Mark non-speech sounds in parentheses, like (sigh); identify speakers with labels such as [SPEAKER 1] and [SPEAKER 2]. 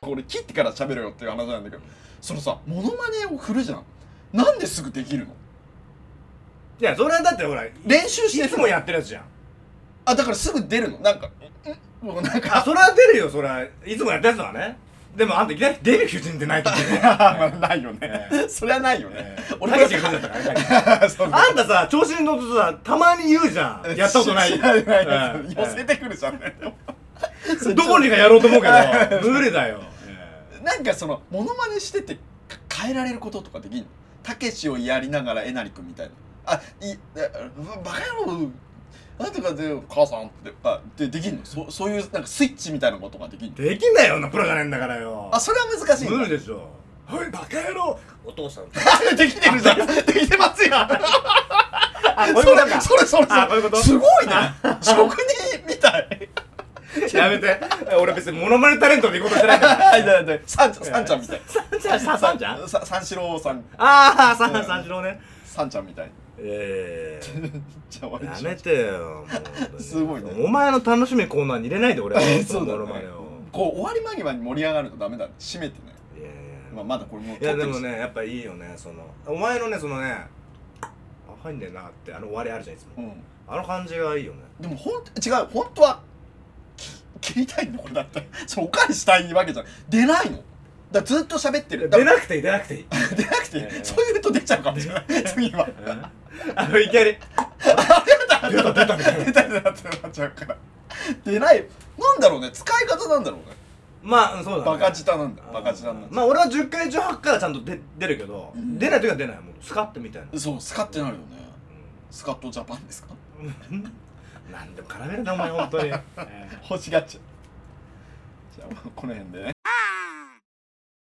[SPEAKER 1] これ切ってから喋ろよっていう話なんだけどそのさモノマネを振るじゃんなんですぐできるの
[SPEAKER 2] いやそれはだってほらい
[SPEAKER 1] 練習して
[SPEAKER 2] つもやってるやつじゃん
[SPEAKER 1] あだからすぐ出るのなんかんもうなん
[SPEAKER 2] あ
[SPEAKER 1] か
[SPEAKER 2] それは出るよそれはいつもやったやつはねでもあんたいきなりデヴィ夫人ってな
[SPEAKER 1] (laughs)
[SPEAKER 2] いと思う
[SPEAKER 1] まあないよね
[SPEAKER 2] え
[SPEAKER 1] そりゃないよね
[SPEAKER 2] えー
[SPEAKER 1] 俺も
[SPEAKER 2] たけしが出てたからね
[SPEAKER 1] (laughs) そう
[SPEAKER 2] あんたさ、調子に乗ってさ、たまに言うじゃん。やったことな
[SPEAKER 1] (laughs)
[SPEAKER 2] い。
[SPEAKER 1] 知らないや
[SPEAKER 2] うん
[SPEAKER 1] つ寄せてくるじゃんね
[SPEAKER 2] うんどこにかやろうと思うけど、無理だよ。
[SPEAKER 1] なんかそのモノマネしててか変えられることとかできんのたけしをやりながらえなりくんみたいなあいえうんバカ野郎なんとかで母さんってあでできんのそそういうなんかスイッチみたいなことができんの
[SPEAKER 2] できないよな、プロじゃねえんだからよ。
[SPEAKER 1] あそれは難しいんだ
[SPEAKER 2] 無理でしょ。おい、バカ野郎。お父さん。
[SPEAKER 1] あ (laughs) できてるじゃんできてますよ
[SPEAKER 2] あ、
[SPEAKER 1] そ
[SPEAKER 2] こ
[SPEAKER 1] れ
[SPEAKER 2] ういうことか
[SPEAKER 1] それそれそれ
[SPEAKER 2] あこういうこと
[SPEAKER 1] すごいね職人みたい
[SPEAKER 2] やめて。俺別にモノマネタレントで行こうとしてないから。
[SPEAKER 1] (laughs) はいだいだいさんちゃんさんちゃんみたい
[SPEAKER 2] さんちゃん、さ、さんちゃん
[SPEAKER 1] さ三四郎さん
[SPEAKER 2] ああ、さん、三四郎ね。
[SPEAKER 1] さんちゃんみたい
[SPEAKER 2] ええ。
[SPEAKER 1] じゃ (laughs) あ終わ
[SPEAKER 2] や
[SPEAKER 1] り
[SPEAKER 2] め
[SPEAKER 1] にして
[SPEAKER 2] よ。もう本当に
[SPEAKER 1] すごいね。
[SPEAKER 2] お前の楽しみコーナーに入れないで、俺は
[SPEAKER 1] (laughs) そうだ
[SPEAKER 2] モノマ
[SPEAKER 1] ね
[SPEAKER 2] ネを。
[SPEAKER 1] こう終わり間際に盛り上がるとダメだね締めてね
[SPEAKER 2] いやいや
[SPEAKER 1] まあまだこれもう
[SPEAKER 2] いやでもねやっぱいいよねそのお前のねそのねあ入んねえなってあの終わりあるじゃんいつ
[SPEAKER 1] う
[SPEAKER 2] も
[SPEAKER 1] ん
[SPEAKER 2] あの感じがいいよね
[SPEAKER 1] でもほん違う本当はき切りたいんだこれだってそれおかわりしたいわけじゃん出ないのだからずっと喋ってる
[SPEAKER 2] 出
[SPEAKER 1] い
[SPEAKER 2] なくていい出
[SPEAKER 1] (laughs)
[SPEAKER 2] なくていい
[SPEAKER 1] 出なくて、
[SPEAKER 2] ええ
[SPEAKER 1] そういうと出ちゃうかもしれない次は
[SPEAKER 2] あのいきなり
[SPEAKER 1] 出た出た出た出た出たってなっちゃうから出ないなんだろうね使い方なんだろうね
[SPEAKER 2] まあそうだね
[SPEAKER 1] バカ舌なんだバカ舌なんだ
[SPEAKER 2] まあ俺は10回18回はちゃんと出出るけど
[SPEAKER 1] うん
[SPEAKER 2] 出ない時は出ないもうスカッてみたいな
[SPEAKER 1] そうスカってなるよねスカットジャパンですか (laughs)
[SPEAKER 2] うんなんでも絡めるなお前本当にええ
[SPEAKER 1] 欲しがっちゃうじゃあこの辺でね